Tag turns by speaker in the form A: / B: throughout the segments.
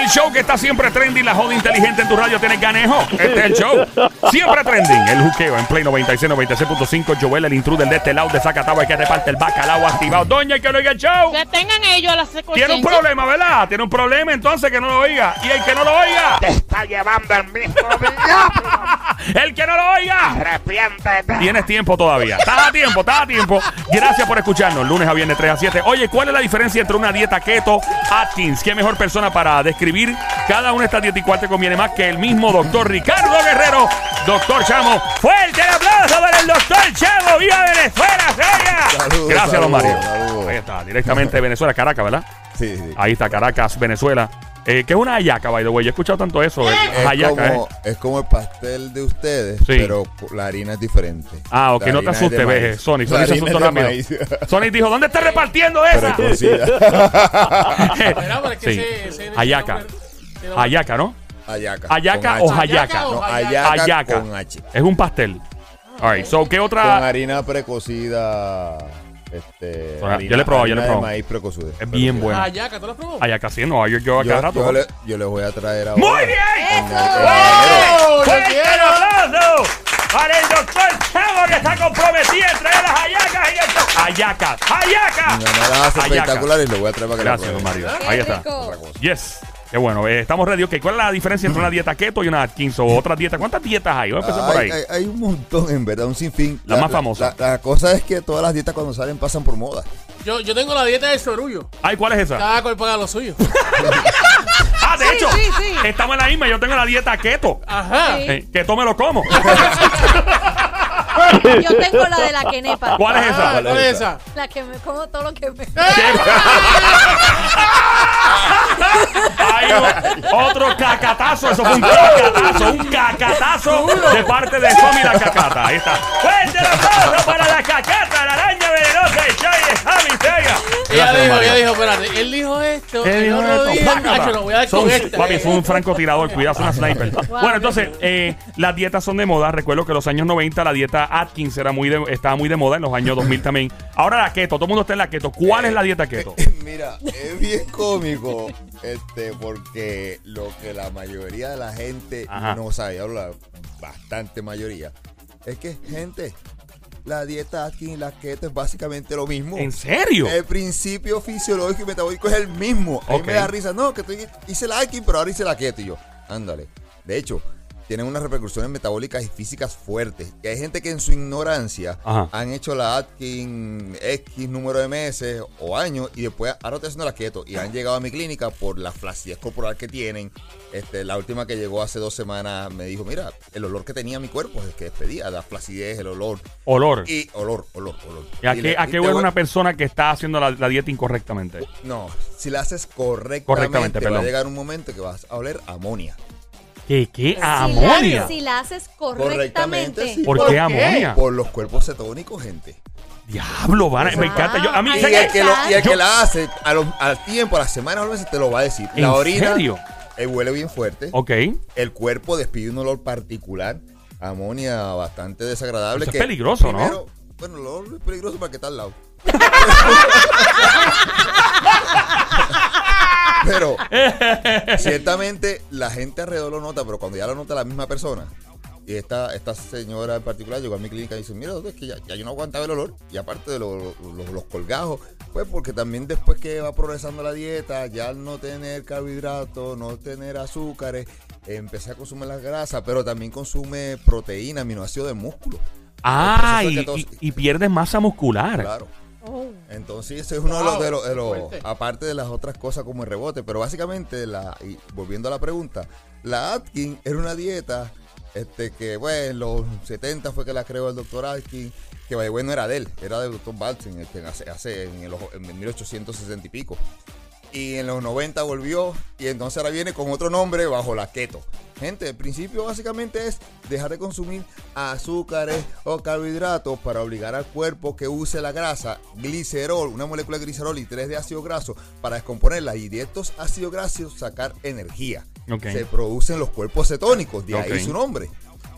A: el show que está siempre trending, la joda inteligente en tu radio tiene ganejo. Este es el show. Siempre trending. El juqueo en Play 96, 96.5. Joel, el intruder de este lado de Zacatagua, el que reparte el bacalao activado. Doña, que no oiga el show.
B: Que tengan ellos las
A: Tiene un problema, ¿verdad? Tiene un problema, entonces que no lo oiga. Y el que no lo oiga,
C: Te está llevando el mismo diablo.
A: el que no lo oiga.
C: Arrepiéntete.
A: Tienes tiempo todavía. Estás a tiempo, estás a tiempo. Gracias por escucharnos. Lunes a viernes 3 a 7. Oye, ¿cuál es la diferencia entre una dieta keto Atkins? ¿Qué mejor persona para describir cada una de estas dietas y cuál te conviene más que el mismo doctor Ricardo Guerrero? Doctor Chamo, fuerte el aplauso para el doctor Chamo. ¡Viva Venezuela, señora!
D: Saludos,
A: Gracias, don
D: saludos,
A: Mario.
D: saludos.
A: Ahí está, directamente de Venezuela, Caracas, ¿verdad?
D: Sí, sí.
A: Ahí está, Caracas, Venezuela. Eh, que es una hallaca, by the way. Yo he escuchado tanto eso. eh,
D: Es
A: hallaca,
D: como,
A: eh.
D: es como el pastel de ustedes,
A: Sí.
D: pero la harina es diferente.
A: Ah, ok,
D: La
A: no te
D: harina es de
A: asustes,
D: maíz.
A: veje, Sony. Sony
D: La
A: se
D: harina
A: asustó
D: es de
A: rápido.
D: maíz.
A: Sony dijo, ¿dónde estás repartiendo
D: Pero es
A: esa?
D: cocida.
E: pero es que ese- ese- ese
A: Hallaca.
E: nombre- ese nombre-
A: Hallaca, ¿no?
D: Ayaca.
A: Hallaca
D: con
A: o
D: H.
A: hallaca.
D: No, hallaca,
A: Hallaca. Ah.
D: con H.
A: Es un pastel. All right, so, ¿qué
D: Con
A: otra?
D: harina precocida. Este,
A: Con- yo le he probado, yo le he
D: harina de
A: probado.
D: maíz precocida.
A: Es bien
D: Precocida.
A: buena.
E: Hallaca, Ah, ¿tú lo has probado?
A: Hallaca, sí, no, yo, yo a cada
D: Yo,
A: rato.
D: yo, le, yo les voy a traer ahora.
A: ¡Muy bien!
D: Con el-
A: ¡Oh!
E: ¡Yo
A: ¡Fuerte el
E: quiero!
A: aplauso para el doctor Chavo que está comprometido entre las hallacas y el show! ¡Hallacas! ¡Hallacas!
D: Mi mamá las hace
A: Hallaca.
D: espectaculares, lo voy a traer para que la
A: Gracias, don
D: prueben.
A: Mario.
E: Qué
A: Ahí está.
F: rico. Otra
A: Yes. Qué bueno, eh, estamos ready. Ok, ¿cuál es la diferencia entre una dieta keto y una Atkins o otra dieta? ¿Cuántas dietas hay? Vamos a empezar por
D: Ah, Hay,
A: ahí.
D: hay- hay un montón, en verdad, un sinfín.
A: La más famosa.
D: La, la cosa es que todas las dietas cuando salen pasan por moda.
E: Yo, yo tengo la dieta del chorullo.
A: Ay, ¿cuál es esa?
E: Cada cual paga lo suyo.
A: Ah, de
F: Sí,
A: hecho,
F: sí, sí.
A: estamos en la misma. Yo tengo la dieta keto.
E: Ajá.
F: Sí.
A: Eh, keto me lo como.
F: Yo tengo la de la que nepa.
A: ¿Cuál es
E: Ah,
A: esa?
E: ¿Cuál es esa?
F: La que me como todo lo que me.
A: Hay o- otro cacatazo. Eso fue un cacatazo. Un cacatazo de parte de Tommy la cacata. Ahí está. Fuerte el aplauso para la cacata, la araña venenosa y Chay Javi Tega.
E: Ella
A: Gracias,
E: dijo,
A: María.
E: ella dijo, espérate, él dijo esto,
A: ¿Qué
E: el
A: dijo
E: otro
A: esto?
E: día,
A: Pácata.
E: "Acho, lo voy a este.
A: Son-
E: dar con esta.
A: Papi, fue un francotirador, cuidado, es una sniper. Bueno, entonces, eh, las dietas son de moda. Recuerdo que en los años 90 la dieta Atkins era muy de- estaba muy de moda, en los años 2000 también. Ahora la keto, todo el mundo está en la keto. ¿Cuál es la dieta keto?
D: Mira, es bien cómico este, porque lo que la mayoría de la gente
A: Ajá.
D: no sabe, hablo la bastante mayoría, es que, gente, la dieta Atkins y la keto es básicamente lo mismo.
A: ¿En serio?
D: El principio fisiológico y metabólico es el mismo. A mí
A: Ok.
D: me da risa. No, que estoy, hice la Atkins, pero ahora hice la keto. Y yo, ándale. De hecho, tienen unas repercusiones metabólicas y físicas fuertes. Y hay gente que en su ignorancia
A: Ajá.
D: han hecho la Atkins X número de meses o años y después ahora estoy haciendo la keto. Y han llegado a mi clínica por la flacidez corporal que tienen. Este, la última que llegó hace dos semanas me dijo, mira, el olor que tenía mi cuerpo es el que despedía, la flacidez, el olor.
A: Olor.
D: Y olor, olor, olor.
A: ¿Y ¿A
D: Y
A: qué,
D: le-
A: a
D: y
A: qué
D: te
A: huele
D: voy-
A: una persona que está haciendo la, la dieta incorrectamente?
D: no, si la haces correctamente,
A: Correctamente,
D: va
A: perdón.
D: a llegar un momento que vas a oler amonia.
A: ¿Qué? ¿Qué?
F: Si
A: ¿Amonia?
F: la, si la haces correctamente.
D: Correctamente, sí.
A: ¿Por
E: ¿Por
A: qué
E: qué?
A: amonia?
D: Por los cuerpos cetónicos, gente.
A: Diablo, van a- me encanta. Yo, a mí,
F: Ah,
D: Y
A: ¿sabes
F: ahí
D: el
A: qué?
D: que, lo- y el
A: Yo-
D: que la hace a los- al tiempo, a las semanas o a los meses, te lo va a decir.
A: ¿En
D: la orina
A: serio?
D: eh, huele bien fuerte.
A: Ok.
D: El cuerpo despide un olor particular, amonia bastante desagradable.
A: Eso es
D: que
A: peligroso, ¿no?
D: primero- Bueno, el olor es peligroso para que está al lado. pero ciertamente la gente alrededor lo nota, pero cuando ya lo nota la misma persona. Y esta, esta señora en particular llegó a mi clínica y dice, mira, doctor, es que ya, ya yo no aguantaba el olor. Y aparte de lo- lo- los colgajos, pues porque también después que va progresando la dieta, ya al no tener carbohidratos, no tener azúcares, empecé a consumir las grasas, pero también consume proteína, aminoácidos de músculo.
A: Ah,
D: Entonces,
A: y,
D: eso es que
A: y- y pierdes masa muscular.
D: Claro.
F: Oh.
D: Entonces ese es uno de los, de los- de los-
E: Fuerte.
D: aparte de las otras cosas como el rebote, pero básicamente la y volviendo a la pregunta, la Atkins era una dieta este que bueno, en los 70 fue que la creó el doctor Atkins, que by the way, no era de él, era del doctor Baltzin, el que hace, hace en, el, en 1860 y pico. Y en los 90 volvió y entonces ahora viene con otro nombre bajo la keto. Gente, el principio básicamente es dejar de consumir azúcares o carbohidratos para obligar al cuerpo que use la grasa, glicerol, una molécula de glicerol y tres de ácido graso para descomponerla y de estos ácidos grasos sacar energía.
A: Ok.
D: Se producen los cuerpos cetónicos, de
A: Ok.
D: ahí su nombre.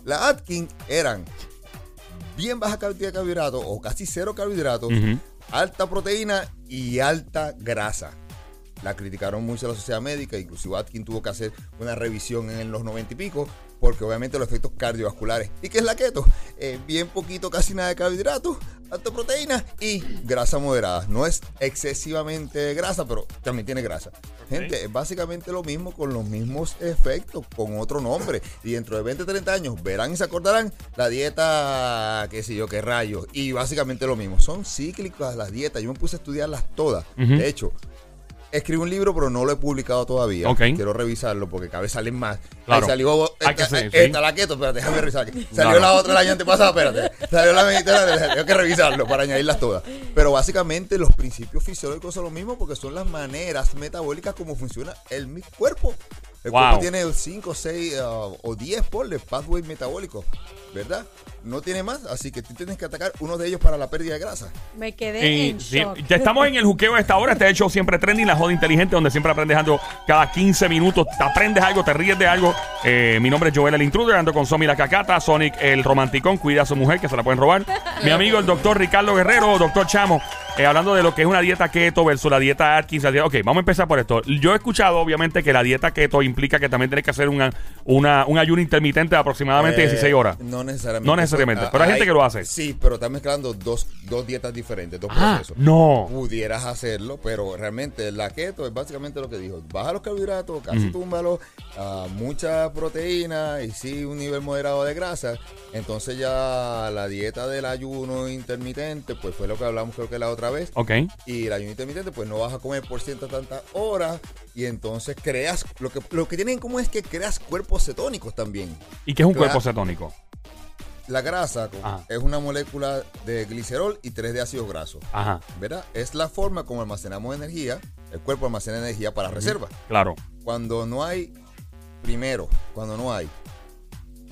D: La Atkins eran bien baja cantidad de carbohidratos o casi cero carbohidratos,
A: Ujú.
D: alta proteína y alta grasa. La criticaron mucho la sociedad médica, inclusive Atkins tuvo que hacer una revisión en los 90 y pico, porque obviamente los efectos cardiovasculares. ¿Y qué es la keto? Eh, bien poquito, casi nada de carbohidratos, alta proteína y grasa moderada. No es excesivamente grasa, pero también tiene grasa. Gente, es básicamente lo mismo con los mismos efectos, con otro nombre. Y dentro de 20, 30 años verán y se acordarán la dieta, qué sé yo, qué rayos. Y básicamente lo mismo. Son cíclicas las dietas. Yo me puse a estudiarlas todas.
A: Ujú.
D: De hecho, escribí un libro, pero no lo he publicado todavía.
A: Ok.
D: Quiero revisarlo porque cada vez salen más.
A: Claro.
D: Ahí salió esta,
A: Hay que hacer,
D: esta,
A: sí.
D: la keto, espérate, déjame revisar. aquí. Salió
A: No, no.
D: la otra el año antepasado, espérate. Salió la mediterránea, tengo que revisarlo para añadirlas todas. Pero básicamente los principios fisiológicos son lo mismo porque son las maneras metabólicas como funciona el mi- cuerpo. El
A: Wow.
D: cuerpo tiene 5, 6 o 10 por pathways metabólicos, ¿verdad? No tiene más, así que tú tienes que atacar uno de ellos para la pérdida de grasa.
F: Me quedé
A: Y
F: en
A: sí,
F: shock.
A: ya estamos en el juqueo a esta hora. Este hecho siempre trending, la joda inteligente, donde siempre aprendes algo cada 15 minutos. Te aprendes algo, te ríes de algo. Eh, mi nombre es Joel el Intruder, ando con Somi la Cacata, Sonic el Romanticón, cuida a su mujer que se la pueden robar. mi amigo el doctor Ricardo Guerrero, doctor Chamo, eh, hablando de lo que es una dieta keto versus la dieta Atkins. la dieta- Ok, vamos a empezar por esto. Yo he escuchado, obviamente, que la dieta keto implica que también tienes que hacer una, una- un ayuno intermitente de aproximadamente
D: Eh,
A: 16 horas.
D: No necesariamente. Ah,
A: No necesariamente, pero hay gente que lo hace.
D: Sí, pero estás mezclando dos, dos dietas diferentes, dos
A: Ah,
D: procesos.
A: no.
D: Pudieras hacerlo, pero realmente la keto es básicamente lo que dijo. Baja los carbohidratos, casi túmbalos, ah, mucha proteína y sí un nivel moderado de grasa. Entonces ya la dieta del ayuno intermitente, pues fue lo que hablamos creo que la otra vez.
A: Ok.
D: Y el ayuno intermitente, pues no vas a comer por cientos tantas horas. Y entonces creas, lo que, lo que tienen como es que creas cuerpos cetónicos también.
A: ¿Y qué es un
D: Claro.
A: cuerpo cetónico?
D: La grasa co-
A: Ajá.
D: es una molécula de glicerol y 3 de ácidos grasos.
A: Ajá.
D: ¿Verdad? Es la forma como almacenamos energía. El cuerpo almacena energía para reserva.
A: Claro.
D: Cuando no hay, primero, cuando no hay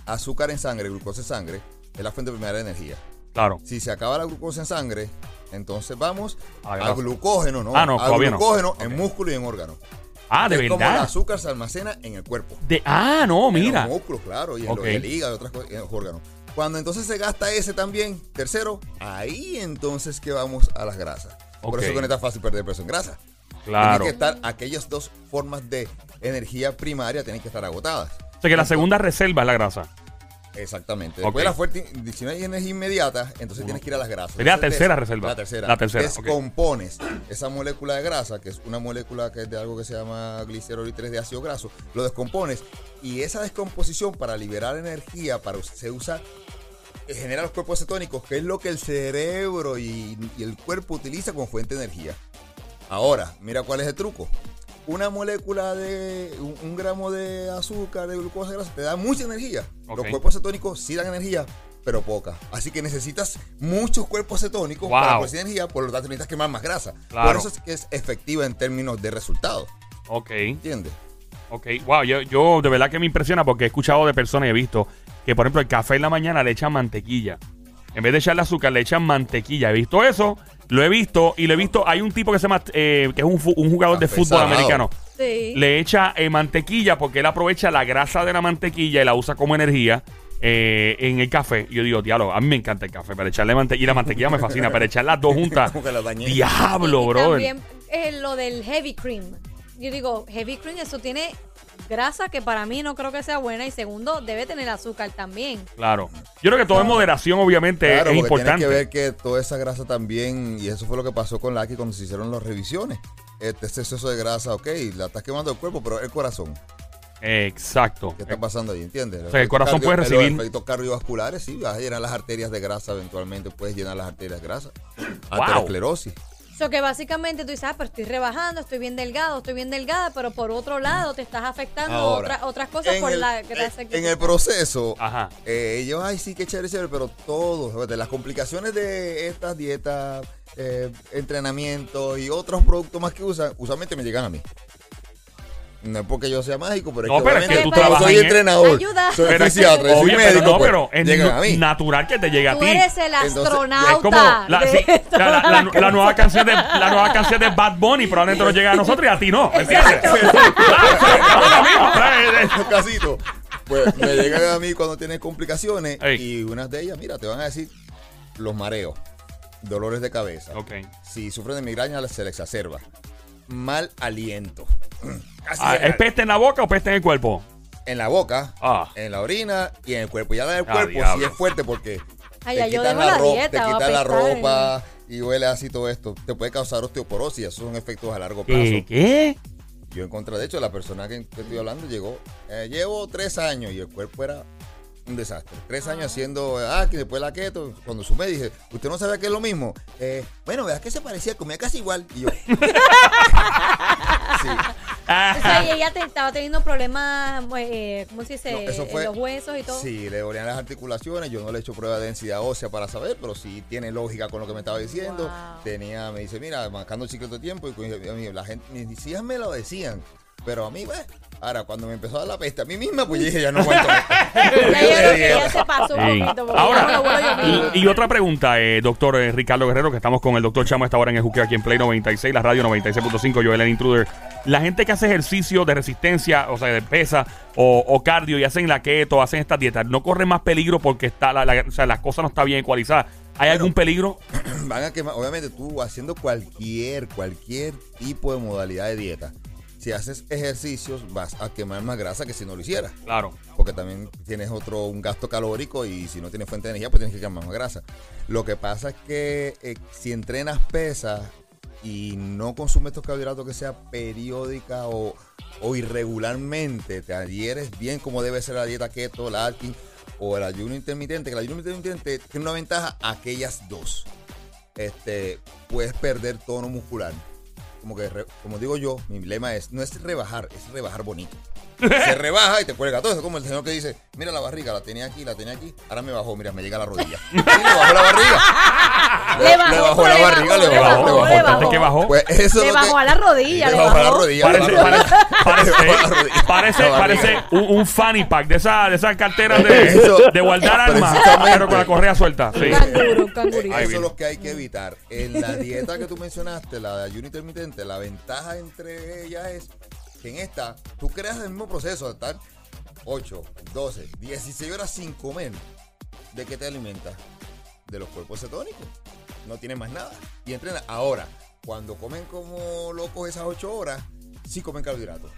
D: azúcar en sangre, glucosa en sangre, es la fuente primaria de energía.
A: Claro.
D: Si se acaba la glucosa en sangre, entonces vamos
A: A la
D: a,
A: grasa.
D: glucógeno, ¿no?
A: Ah, no,
D: a
A: todavía no.
D: glucógeno
A: Ok.
D: en músculo y en órgano.
A: Ah, de
D: es como el
A: verdad.
D: azúcar se almacena en el cuerpo.
A: De, ah, no, mira.
D: En los músculos, claro, y en
A: Ok.
D: los- el hígado y otras cosas, en los órganos. Cuando entonces se gasta ese también, tercero, ahí entonces que vamos a las grasas. Por
A: Ok.
D: eso que no está fácil perder peso en grasa.
A: Claro.
D: Tienen que estar aquellas dos formas de energía primaria tienen que estar agotadas.
A: O sea que la segunda reserva es la grasa.
D: Exactamente.
A: Ok.
D: Después de la fuerte, si no hay energía inmediata, entonces tienes que ir a las grasas.
A: Sería la
D: Entonces,
A: tercera
D: des-
A: reserva.
D: La tercera.
A: La tercera, ok.
D: Descompones esa molécula de grasa, que es una molécula que es de algo que se llama glicerol y 3 de ácido graso, lo descompones y esa descomposición para liberar energía para us- se usa eh, genera los cuerpos cetónicos, que es lo que el cerebro y, y el cuerpo utiliza como fuente de energía. Ahora, mira cuál es el truco. Una molécula de un, un gramo de azúcar, de glucosa, de grasa, te da mucha energía.
A: Ok.
D: Los cuerpos cetónicos sí dan energía, pero poca. Así que necesitas muchos cuerpos cetónicos
A: Wow.
D: para producir energía, por lo tanto necesitas quemar más grasa.
A: Claro.
D: Por eso es que es efectiva en términos de resultados.
A: Ok,
D: ¿Entiendes?
A: ok. Wow, yo, yo de verdad que me impresiona porque he escuchado de personas y he visto que, por ejemplo, el café en la mañana le echan mantequilla. En vez de echarle azúcar, le echan mantequilla. He visto eso, lo he visto y lo he visto. Hay un tipo que se llama, eh, que es un, fu- un jugador de
D: Café
A: fútbol
D: salado.
A: americano.
F: Sí.
A: le echa eh, mantequilla porque él aprovecha la grasa de la mantequilla y la usa como energía eh, en el café. Yo digo, diablo, a mí me encanta el café, pero echarle mantequilla y la mantequilla me fascina, pero echar las dos juntas.
D: Como que la dañé.
A: diablo,
F: Y
A: bro.
F: También eh, lo del heavy cream. Yo digo, heavy cream, eso tiene grasa que para mí no creo que sea buena. Y segundo, debe tener azúcar también.
A: Claro. Yo creo que todo en moderación, obviamente,
D: Claro,
A: es
D: porque
A: importante.
D: Tiene que ver que toda esa grasa también, y eso fue lo que pasó con la que cuando se hicieron las revisiones. Este exceso de grasa, ok, la estás quemando el cuerpo, pero el corazón,
A: Exacto.
D: ¿qué está pasando ahí? ¿Entiendes?
A: sea, el
D: Efectos
A: corazón puede
D: los
A: recibir-
D: efectos cardiovasculares, sí, vas a llenar las arterias de grasa eventualmente, puedes llenar las arterias de grasa.
A: Wow.
D: Aterosclerosis.
F: Eso que básicamente tú dices, ah, pero estoy rebajando, estoy bien delgado, estoy bien delgada, pero por otro lado te estás afectando
D: Ahora,
F: otra- otras cosas
D: en
F: por
D: el-
F: la grasa que
D: En
F: tú-
D: el proceso,
A: Ajá.
D: eh, ellos, ay, sí, qué chévere, chévere, pero todos, de las complicaciones de estas dietas, eh, entrenamiento y otros productos más que usan, usualmente me llegan a mí. No es porque yo sea mágico, pero
A: No,
D: es que
A: pero es
D: obviamente
F: que tú
D: como
F: trabajas
D: soy
A: en-
D: entrenador,
F: Ayuda.
D: soy
A: Pero es que-
D: fisiatra, soy
A: obvio, pero
D: médico,
A: no,
D: pues,
A: pero es
D: llegan a mí.
A: natural que te llegue a
F: Tú
A: ti.
F: eres el
D: Entonces,
A: Es como
F: astronauta.
A: la,
F: de
A: sí, la-
F: toda
A: la-
F: la
A: la-
F: cosa.
A: la nueva canción de, la nueva canción de Bad Bunny probablemente nos llega a nosotros y a ti no. ¿me ¿Entiendes? Ah,
F: Exacto.
A: Claro, claro, lo mismo, claro, es-
D: los casitos. Pues me llegan a mí cuando tienen complicaciones
A: Ey.
D: y unas de ellas, mira, te van a decir los mareos, dolores de cabeza.
A: Ok.
D: Si sufren de migraña, se le exacerba. mal aliento. Casi
A: Ah,
D: llegar.
A: ¿Es peste en la boca o peste en el cuerpo?
D: En la boca,
A: Ah.
D: en la orina y en el cuerpo. Ya la del
A: Ah,
D: cuerpo sí
A: diablo.
D: es fuerte porque
F: Ay,
D: te
F: ya yo
D: quitan
F: dejo la
D: ropa,
F: dieta,
D: te
F: va a
D: quitan la
F: apestar.
D: ropa y huele así todo esto. Te puede causar osteoporosis, esos son efectos a largo plazo.
A: ¿Qué? ¿Qué?
D: Yo encontré, de hecho, la persona que, que estoy hablando llegó, eh, llevo tres años y el cuerpo era un desastre. Tres años haciendo, eh, ah, que después la keto. Cuando sumé dije, ¿usted no sabía que es lo mismo? Eh, bueno, ¿verdad que se parecía? Comía casi igual. Y yo, sí,
A: Ah,
F: O sea, y ella te- estaba teniendo problemas, eh, ¿cómo se dice?
D: No, eso fue-
F: en los huesos y todo.
D: sí, le dolían las articulaciones. Yo no le he hecho prueba de densidad ósea para saber, pero sí tiene lógica con lo que me estaba diciendo.
F: Wow.
D: Tenía, me dice, mira, marcando el ciclo de tiempo. Y con- a mí la gente, mis hijas me lo decían. Pero a mí, pues, ahora cuando me empezó a dar la peste a mí misma, pues dije, ya no aguanto.
F: Ya yo creo que ya se pasó un
A: Sí.
F: poquito. porque ya me lo vuelo yo
A: Ahora,
F: misma.
A: y, y otra pregunta, eh, doctor eh, Ricardo Guerrero, que estamos con el doctor Chamo a esta hora en el juqueo aquí en Play 96, la radio 96.5, Joel el Intruder. La gente que hace ejercicio de resistencia, o sea, de pesa o, o cardio y hacen la keto, hacen estas dietas, ¿no corren más peligro porque está la, la- o sea, las cosas no está bien ecualizadas? ¿Hay algún peligro?
D: van a quemar. Obviamente, tú haciendo cualquier, cualquier tipo de modalidad de dieta, si haces ejercicios, vas a quemar más grasa que si no lo hicieras.
A: Claro.
D: Porque también tienes otro, un gasto calórico y si no tienes fuente de energía, pues tienes que quemar más grasa. Lo que pasa es que eh, si entrenas pesas y no consumes estos carbohidratos que sea periódica o, o irregularmente, te adhieres bien como debe ser la dieta keto, la Atkins o el ayuno intermitente, que el ayuno intermitente tiene una ventaja aquellas dos este, puedes perder tono muscular. Como que, re- como digo yo, mi lema es, no es rebajar, es rebajar bonito. Se rebaja y te cuelga todo. Es como el señor que dice, mira la barriga, la tenía aquí, la tenía aquí, ahora me bajó, mira, me llega a la rodilla. Y le bajó la barriga.
F: Le bajó,
D: la
F: le bajó,
D: barriga, le
F: le bajó,
D: bajó, le bajó.
F: le bajó.
A: Importante que bajó.
D: Pues eso es
F: Le
D: lo que-
F: bajó a la rodilla.
D: Le
F: Le
D: bajó a la
F: bajó.
D: rodilla. le
A: Parece, parece,
D: bajó a la rodilla.
A: parece,
D: Le bajó a la rodilla.
A: parece,
D: La barriga.
A: parece un, un fanny pack de esas de esas carteras de,
D: Eso.
A: de guardar armas,
D: Precisamente.
A: pero con la correa suelta.
F: Un
A: Sí.
F: canguro, un cangurito.
A: Ay,
D: Eso
A: bien.
D: es lo que hay que evitar. En la dieta que tú mencionaste, la de ayuno intermitente, la ventaja entre ellas es que en esta tú creas el mismo proceso de estar 8, 12, 16 horas sin comer. ¿De qué te alimentas? De los cuerpos cetónicos. No tienes más nada. Y entrenas. Ahora, cuando comen como locos esas 8 horas, sí comen carbohidratos.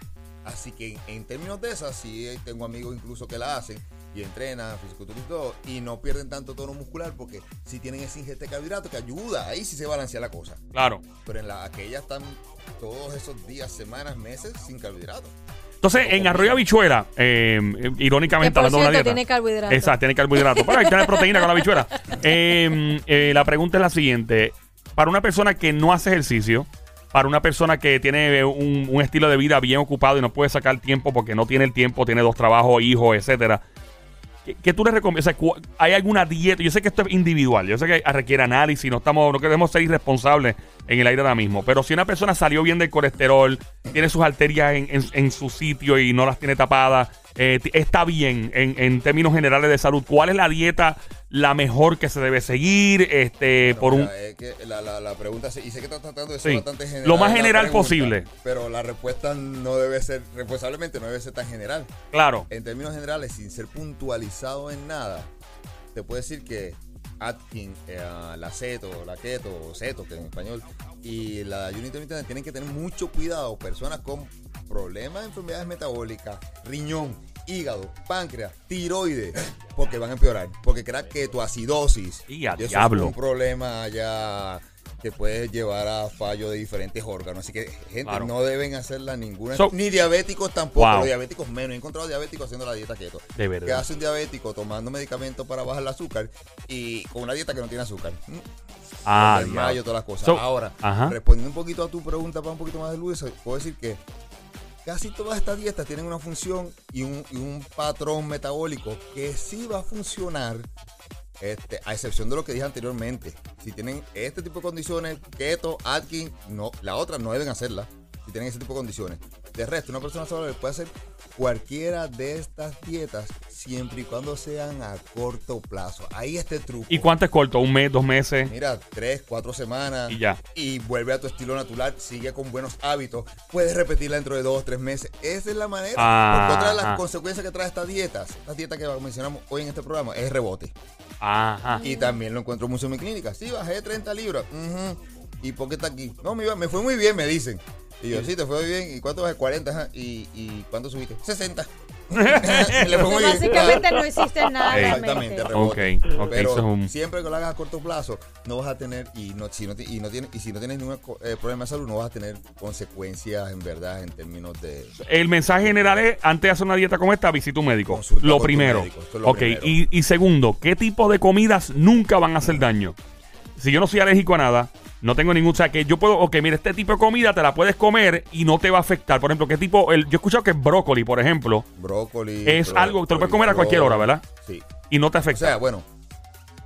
D: Así que en, en términos de esas, sí eh, tengo amigos incluso que la hacen y entrenan fisiculturismo y todo, y no pierden tanto tono muscular porque si tienen ese ingeste de carbohidratos que ayuda, ahí sí se balancea la cosa.
A: Claro.
D: Pero en la aquella están todos esos días, semanas, meses sin carbohidratos.
A: Entonces, en arroyo habichuela, eh, eh,
F: Que
A: irónicamente
F: por
A: hablando de una
F: cierto,
A: dieta.
F: tiene carbohidratos.
A: Exacto, tiene carbohidratos. Pero ahí tiene proteína con la habichuela. Eh, eh, la pregunta es la siguiente: para una persona que no hace ejercicio, para una persona que tiene un, un estilo de vida bien ocupado y no puede sacar tiempo porque no tiene el tiempo, tiene dos trabajos, hijos, etcétera. ¿Qué, qué tú le recomiendas? O sea, cu- ¿Hay alguna dieta? Yo sé que esto es individual, yo sé que requiere análisis, no estamos, no queremos ser irresponsables en el aire ahora mismo, pero si una persona salió bien del colesterol, tiene sus arterias en, en- en su sitio y no las tiene tapadas, eh, t- está bien en, en términos generales de salud, ¿cuál es la dieta la mejor que se debe seguir? Este,
D: No,
A: por un...
D: mira, es que la, la- la pregunta, se- y sé que está tratando de ser
A: Sí,
D: bastante general.
A: lo más
D: la
A: general
D: pregunta,
A: posible.
D: Pero la respuesta no debe ser, responsablemente no debe ser tan general.
A: Claro.
D: en términos generales, sin ser puntualizado en nada, te puedo decir que Atkins, eh, la Ceto, la Keto, o Ceto, que en español, y la ayuno intermitente tienen que tener mucho cuidado. Personas con problemas de enfermedades metabólicas, riñón, hígado, páncreas, tiroides, porque van a empeorar. Porque crean que tu acidosis
A: Y a
D: y eso
A: diablo.
D: es un problema ya que puede llevar a fallo de diferentes órganos. Así que, gente,
A: Claro.
D: no deben hacerla ninguna.
A: So-
D: ni diabéticos tampoco.
A: Wow.
D: Los diabéticos menos. He encontrado diabéticos haciendo la dieta keto.
A: De verdad.
D: Que hace un diabético tomando medicamentos para bajar el azúcar y con una dieta que no tiene azúcar. Mm,
A: Ah,
D: el
A: diablo.
D: mayo, todas las cosas.
A: So-
D: Ahora,
A: Ajá.
D: respondiendo un poquito a tu pregunta para un poquito más de luz, eh, puedo decir que casi todas estas dietas tienen una función y un, y un patrón metabólico que sí va a funcionar. Este, a excepción de lo que dije anteriormente, si tienen este tipo de condiciones, keto, Atkins, no, la otra no deben hacerla. Si tienen ese tipo de condiciones. De resto, una persona sola puede hacer cualquiera de estas dietas siempre y cuando sean a corto plazo. Ahí está el truco.
A: ¿Y cuánto es corto? ¿Un mes, dos meses?
D: Mira, tres, cuatro semanas.
A: Y ya.
D: Y vuelve a tu estilo natural, sigue con buenos hábitos. Puedes repetirla dentro de dos o tres meses. Esa es la manera.
A: Ah,
D: porque otra de las
A: ajá.
D: consecuencias que trae estas dietas, estas dietas que mencionamos hoy en este programa, es rebote.
A: Ajá.
D: Y también lo encuentro mucho en mi clínica. Sí, bajé 30 libras. Ujú. ¿Y por qué está aquí? No, me, iba- me fue muy bien, me dicen. Y yo, sí, te fue bien. ¿Y cuánto bajé? 40. ajá. ¿Y, ¿Y cuánto subiste? 60. Le fue
F: O
D: muy
F: sea,
D: bien.
F: básicamente no hiciste nada. realmente.
D: Exactamente, rebote.
A: Ok, ok,
D: Pero
A: eso es un-
D: siempre que lo hagas a corto plazo, no vas a tener, y no, si no, ti- y no tienes, y si no tienes ningún co- eh, problema de salud, no vas a tener consecuencias en verdad en términos de.
A: El mensaje general es, antes de hacer una dieta como esta, visita un médico.
D: Consulta
A: lo
D: con tu
A: primero.
D: médico, esto es lo
A: ok,
D: primero.
A: Y, y segundo, ¿qué tipo de comidas nunca van a hacer daño? Si yo no soy alérgico a nada, no tengo ningún... O sea, que yo puedo... Ok, mira, este tipo de comida te la puedes comer y no te va a afectar. Por ejemplo, ¿qué tipo...? El, yo he escuchado que el brócoli, por ejemplo,
D: Brócoli.
A: Es
D: brócoli,
A: algo que te lo puedes comer a cualquier hora, ¿verdad?
D: Sí.
A: y no te
D: O
A: afecta.
D: sea, bueno,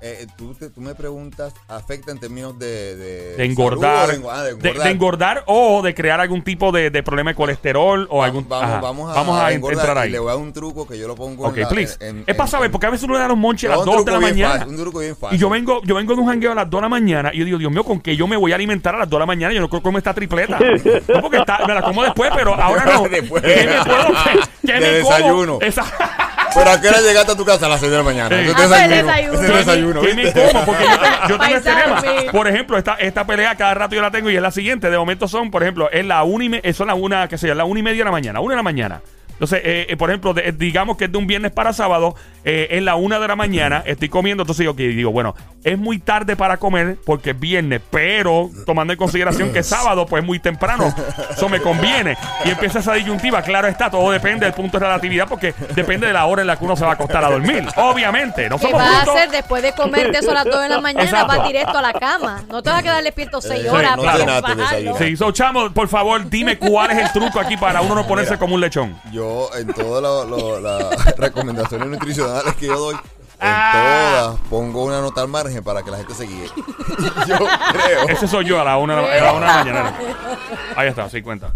D: eh, tú, te- tú me preguntas, ¿afecta en términos de. De,
A: de engordar,
D: salud o de engo- ah, de
A: de,
D: engordar.
A: de engordar o de crear algún tipo de, de problema de colesterol o algún
D: vamos,
A: ajá.
D: vamos a,
A: Vamos a en-
D: engordar
A: entrar
D: y
A: ahí.
D: le voy a dar un truco que yo lo pongo
A: Ok,
D: en la-
A: please.
D: en-
A: es para
D: en-
A: saber, porque a veces uno le da los monches a
D: Yo
A: las
D: un
A: 2 de la
D: truco bien
A: mañana.
D: fácil, un truco bien
A: y
D: fácil.
A: yo vengo, yo vengo de un jangueo a las 2 de la mañana y yo digo, Dios mío, ¿con qué yo me voy a alimentar a las 2 de la mañana? Yo no creo que come esta tripleta. No, porque está- me la como después, pero ahora no.
D: Después.
A: ¿Qué me puedo qué
D: De
A: me como?
D: desayuno.
A: Esa-
D: ¿Pero a qué hora llegaste a tu casa? A las 6 de la mañana.
A: Sí.
D: Ese
F: Ah, pues,
D: ese
F: desayuno.
D: desayuno,
A: ¿Qué me
D: ¿viste?
A: como? Porque yo tengo, yo tengo este
F: Paisaje.
A: tema. Por ejemplo, esta, esta pelea cada rato yo la tengo y es la siguiente. De momento son, por ejemplo, es la una y me- eh, son las una, qué sé yo, la una y media de la mañana, una de la mañana. Entonces, eh, eh, por ejemplo, de- digamos que es de un viernes para sábado, eh, es la una de la mañana, estoy comiendo, entonces yo que digo, bueno, es muy tarde para comer porque es viernes, pero tomando en consideración que es sábado, pues es muy temprano, eso me conviene. Y empieza esa disyuntiva, claro está, todo depende del punto de relatividad porque depende de la hora en la que uno se va a acostar a dormir, obviamente. No
F: ¿Qué
A: somos
F: vas a
A: brutos.
F: hacer después de comerte eso a las 2 de la mañana?
A: Exacto.
F: Vas directo a la cama. No te vas a quedar despierto 6
D: Eh,
F: horas.
A: no
F: para
A: cenaste
F: bajarlo.
D: desayuno.
A: Sí, so, chamo, por favor, dime cuál es el truco aquí para uno no ponerse como un lechón.
D: Yo, en todas las- las- las recomendaciones nutricionales que yo doy, en todas pongo una nota al margen para que la gente se guíe. yo creo.
A: Ese soy yo a la una, de la- a la una de la mañana. Ahí está, 50.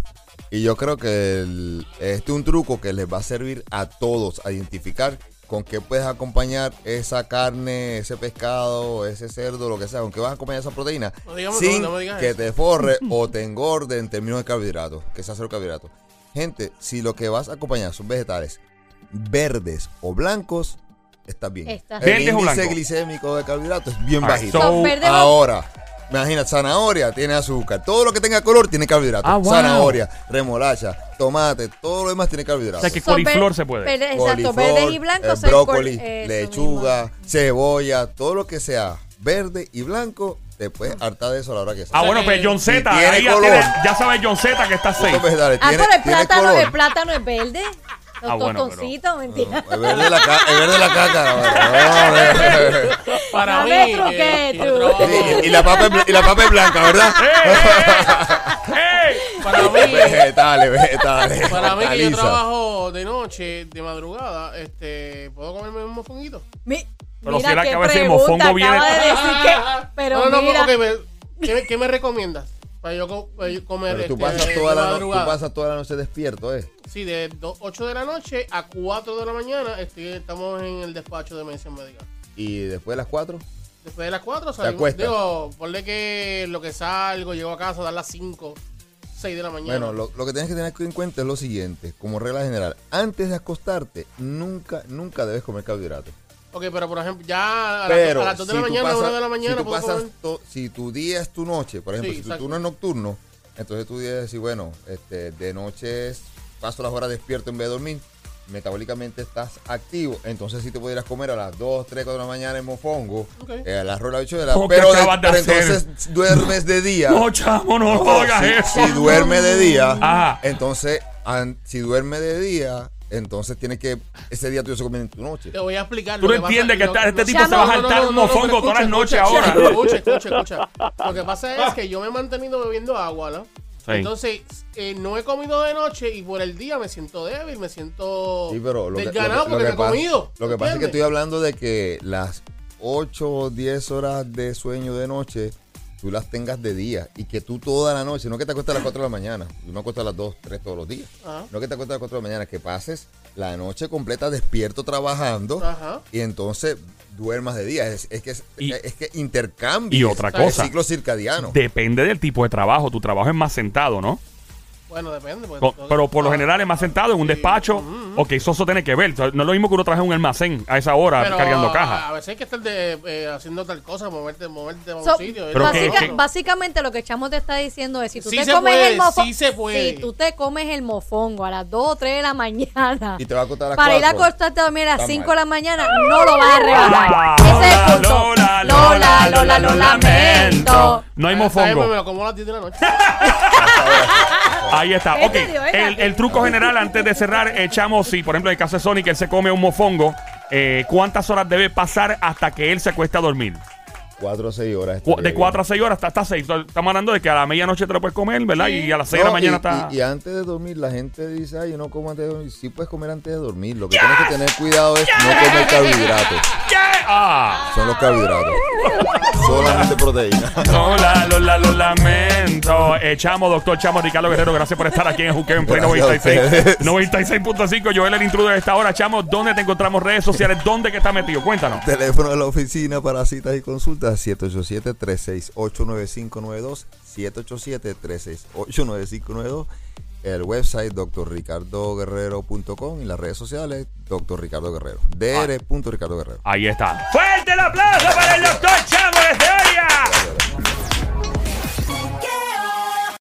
D: Y yo creo que el- este es un truco que les va a servir a todos a identificar con qué puedes acompañar esa carne, ese pescado, ese cerdo, lo que sea, con qué vas a acompañar esa proteína
E: No digamos-
D: sin
E: no, no me digas
D: que
E: eso.
D: te forre o te engorde en términos de carbohidratos, que sea cero carbohidratos. Gente, si lo que vas a acompañar son vegetales verdes o blancos, estás bien.
F: Estás
D: El
A: bien. Verdes o
D: índice
A: blancos.
D: glicémico de carbohidratos es bien
A: All right,
D: bajito.
A: so-
F: Los verdes van-
D: Ahora, imagina, zanahoria tiene azúcar. Todo lo que tenga color tiene carbohidratos.
A: Ah, wow.
D: Zanahoria, remolacha, tomate, todo lo demás tiene
A: O
D: carbohidratos.
A: sea que
F: Son ver-
A: coliflor se puede.
F: verde- exacto,
D: Coliflor,
F: verdes y blancos.
D: eh,
F: son col-
D: brócoli,
F: eso
D: lechuga, cebolla, todo lo que sea verde y blanco, te puedes hartar de eso a la hora que sea.
A: Ah, bueno, pues John Z,
D: Y tiene
A: ahí ya,
D: color.
A: tiene- ya sabes John Z que está 6.
D: Estos vegetales
F: mismo. Ah,
D: tienen-
F: pero el
D: tienen
F: plátano,
D: color.
F: el plátano es verde. Los
A: Ah, bueno, pero-
F: tostoncitos, mentira.
D: No, es verde la, ca- es verde la caca. ¿verdad?
E: Para
F: No
E: mí. eh,
F: me
E: que-
F: truques,
E: que
F: tú.
E: yo trabajo-
D: Sí, y, y la papa es bl- y la papa es blanca, ¿verdad?
A: ¡Eh,
E: Para mí.
D: vegetales, vegetales.
E: Para mí que yo
D: hortalizas.
E: trabajo de noche, de madrugada, este, ¿puedo comerme el mismo funguito.
F: Mi-
A: Pero
F: mira
A: si él
F: qué
A: acaba de decir,
F: pregunta,
A: mofongo viene-
F: acaba de decir que...
E: Ah, no,
F: Pero
E: no,
F: mira...
E: ok, me- ¿qué, me- qué me recomiendas? Para yo, co- para yo comer
D: Pero tú
E: este,
D: pasas
E: de
D: toda la no- tú
E: madrugada.
D: pasas toda la noche despierto, ¿eh?
E: Sí, de do- 8 de la noche a 4 de la mañana estoy, estamos en el despacho de medicina médica.
D: Y después de las 4,
E: Después de las 4 salimos.
D: acuestas.
E: Digo, ponle que lo que salgo, llego a casa a dar las 5, 6 de la mañana.
D: bueno, lo, lo que tienes que tener en cuenta es lo siguiente, como regla general, antes de acostarte, nunca, nunca debes comer carbohidratos.
E: Ok, pero por ejemplo, ya a, las-
D: Pero
E: a las 2 de
D: si
E: la
D: tú
E: mañana,
D: pasas-
E: 1 de la mañana,
D: si tú
E: puedo
D: pasas
E: comer.
D: to- si tu día es tu noche, por ejemplo,
E: Sí,
D: si tu
E: exacto.
D: turno es nocturno, entonces tú debes decir, bueno, este, de noche es- paso las horas despierto en vez de dormir, metabólicamente estás activo, entonces sí te pudieras comer a las 2, 3, 4 de la mañana en mofongo,
E: Ok.
D: eh, a las rolas de la
A: ¿Cómo que
D: pero, de-
A: acabas de
D: pero
A: hacer?
D: entonces duermes de día.
A: No, chamo, no,
D: No,
A: hagas
D: si,
A: eso.
D: si duerme de día,
A: Ajá.
D: entonces, an- si duerme de día, entonces tiene que, ese día tú se comer en tu noche.
E: Te voy a explicar.
A: Tú
E: lo
A: no
E: que pasa-
A: entiendes que
E: lo-
A: está- este
E: lo-
A: tipo
F: se va a
A: jaltar un
E: pero
A: mofongo todas las noches
E: escucha,
A: ahora.
E: Escucha, escucha, escucha. Lo que pasa es que yo me he mantenido bebiendo agua, ¿no?
A: Sí.
E: Entonces, eh, no he comido de noche y por el día me siento débil, me siento
D: Sí, pero lo que,
E: desganado
D: lo que- lo
E: Oh, porque
D: que
E: no he
D: pasa,
E: comido.
D: lo que pasa es que estoy
E: ¿entiendes?
D: hablando de que las 8 o 10 horas de sueño de noche, tú las tengas de día y que tú toda la noche, no que te acuestes a las 4 de la mañana, yo me acuesto a las 2, 3 todos los días,
E: Ajá.
D: no que te acuestes a las 4 de la mañana, que pases la noche completa despierto trabajando
E: Ajá.
D: y entonces duermas de día. Es, es que, es,
A: Y-
D: es que intercambias
A: y otra
D: el
A: cosa.
D: ciclo circadiano.
A: Depende del tipo de trabajo. Tu trabajo es más sentado, ¿no?
E: Bueno, depende. porque
A: Co-
E: todo-
A: Pero por lo general es más sentado en un
E: Sí.
A: despacho.
E: Ujú.
A: Ok, Soso tiene que ver. O sea, No es lo mismo que uno traje un almacén a esa hora
E: Pero
A: cargando
E: a-
A: cajas.
E: A veces hay que estar de, eh, haciendo tal cosa, moverte, moverte a un
F: So,
E: sitio.
A: Pero
E: ir
A: que-
F: básica-
E: a
A: que-
E: otro.
F: Básicamente lo que Chamo te está diciendo es si tú
E: Sí
F: te
E: se
F: comes
E: puede,
F: el mofongo.
E: sí se puede.
F: Si tú te comes el mofongo a las 2 o 3 de la mañana.
D: Y te va a acostar a las
F: Para ir a
D: cuatro.
F: acostarte a dormir a las
D: Está
F: 5
D: mal.
F: de la mañana, no lo vas a rebajar.
A: Ah,
F: Ese es el
A: Lola,
F: punto.
A: Lola, Lola, Lola, lo lamento. No hay
E: Ah, está bien, pues
A: mofongo.
E: Me lo como a las 10 de la noche.
A: Ahí está.
F: Él
A: Ok,
F: te dio, ¿verdad?
A: el, el truco general antes de cerrar, echamos, si por ejemplo en el caso de Sonic, él se come un mofongo, eh, ¿cuántas horas debe pasar hasta que él se acuesta a dormir?
D: Cuatro o seis horas.
A: Cu- De 4 a 6 horas hasta, hasta 6. Estamos hablando de que a la medianoche te lo puedes comer, ¿verdad? Y a las 6 de la mañana está.
D: Y, antes de dormir, la gente dice, ay, yo no como antes de dormir. Sí puedes comer antes de dormir. Lo que tienes que tener cuidado es no comer carbohidratos.
A: Yeah. Ah.
D: Son los carbohidratos. Solamente proteína.
A: Lola, Lola, lo lamento. Eh, Chamo, doctor Chamo, Ricardo Guerrero, gracias por estar aquí en Juqueo en Play
D: Gracias a
A: 96.
D: ustedes.
A: 96.5. Joel, el intruder, a esta hora. Chamo, ¿dónde te encontramos redes sociales? ¿Dónde que estás metido? Cuéntanos.
D: Teléfono de la oficina para citas y consultas 787-368-9592 787-368-9592 el website drricardoguerrero.com y las redes sociales Dr. Ricardo Guerrero dr.ricardoguerrero
A: Ahí está. ¡Fuerte el aplauso para el doctor Chamo desde hoy!